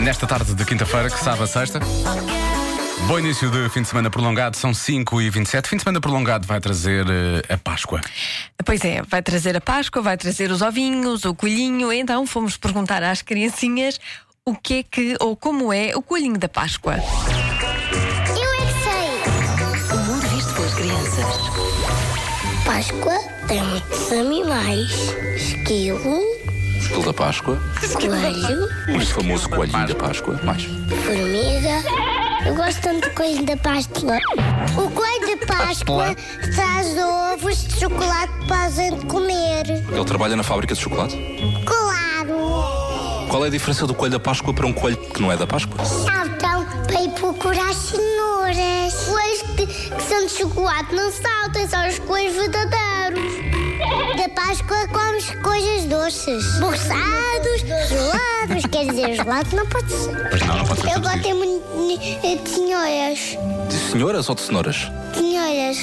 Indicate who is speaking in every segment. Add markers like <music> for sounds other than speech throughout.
Speaker 1: Nesta tarde de quinta-feira, que sabe a sexta. Bom início de fim de semana prolongado, são 5 e 27 Fim de semana prolongado vai trazer eh, a Páscoa.
Speaker 2: Pois é, vai trazer a Páscoa, vai trazer os ovinhos, o coelhinho. Então fomos perguntar às criancinhas o que é que ou como é o coelhinho da Páscoa.
Speaker 3: Eu é que sei.
Speaker 4: O mundo visto pelas crianças.
Speaker 3: Páscoa tem muitos animais: esquilo,
Speaker 5: Esquilo da Páscoa,
Speaker 3: coelho,
Speaker 5: o famoso coelhinho da é Páscoa, mais.
Speaker 3: formiga. Eu gosto tanto de coelho da Páscoa. O coelho de Páscoa traz ovos de chocolate para a gente comer.
Speaker 5: Ele trabalha na fábrica de chocolate.
Speaker 3: Claro!
Speaker 5: Qual é a diferença do coelho da Páscoa para um coelho que não é da Páscoa?
Speaker 3: Saltam para ir procurar cenouras. Coelhos que, que são de chocolate não saltam, são os coelhos verdadeiros. Da Páscoa comes coisas doces. Borçados, gelados. Quer dizer, gelado não pode ser.
Speaker 1: Pois não, não pode ser
Speaker 3: Eu
Speaker 1: todos
Speaker 3: gosto
Speaker 1: dias.
Speaker 3: muito de cenouras.
Speaker 5: De senhoras ou de cenouras?
Speaker 3: Senhoras,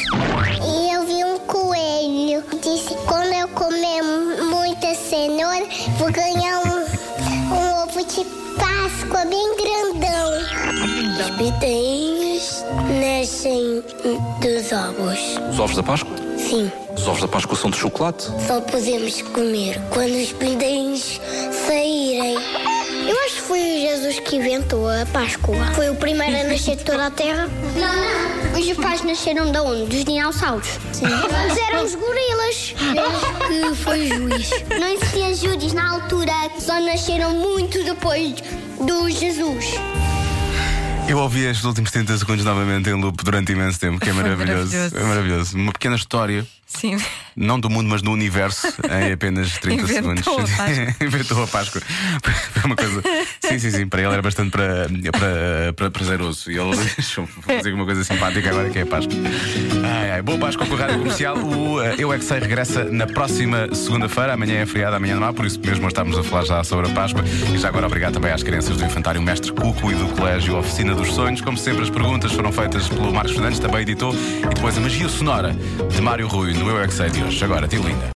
Speaker 3: eu vi um coelho que disse que quando eu comer muita cenoura, vou ganhar um, um ovo de Páscoa bem grandão. Os pitões nascem dos ovos.
Speaker 5: Os ovos da Páscoa?
Speaker 3: Sim,
Speaker 5: Os ovos da Páscoa são de chocolate?
Speaker 3: só podemos comer quando os pitões saírem. Eu acho que foi Jesus que inventou a Páscoa. Foi o primeiro a nascer de toda a Terra. Não, não. Os pais nasceram de onde? Dos dinossauros. Sim. Mas eram os gorilas. que foi juiz. Não existiam júris na altura, só nasceram muito depois do Jesus.
Speaker 1: Eu ouvi estes últimos 30 segundos novamente em loop durante imenso tempo, <laughs> que é
Speaker 2: Foi
Speaker 1: maravilhoso.
Speaker 2: maravilhoso.
Speaker 1: É maravilhoso. Uma pequena história,
Speaker 2: Sim.
Speaker 1: não do mundo, mas do <laughs> universo, em apenas 30
Speaker 2: Inventou
Speaker 1: segundos.
Speaker 2: a Páscoa.
Speaker 1: <laughs> Inventou a Páscoa. Foi uma coisa. Sim, sim, sim. Para ele era bastante pra- pra- pra- prazeroso. E ele <laughs> deixou fazer uma coisa simpática agora que é a Páscoa. Ai, ai. Boa Páscoa com a Rádio Comercial. O eh, Eu é que sei regressa na próxima segunda-feira. Amanhã é feriado, amanhã não há, por isso mesmo nós estamos a falar já sobre a Páscoa. E já agora obrigado também às crianças do Infantário Mestre Cuco e do Colégio Oficina dos Sonhos. Como sempre, as perguntas foram feitas pelo Marcos Fernandes, também editou. E depois a magia sonora de Mário Rui no Eu é que sei de hoje. Agora, tio linda.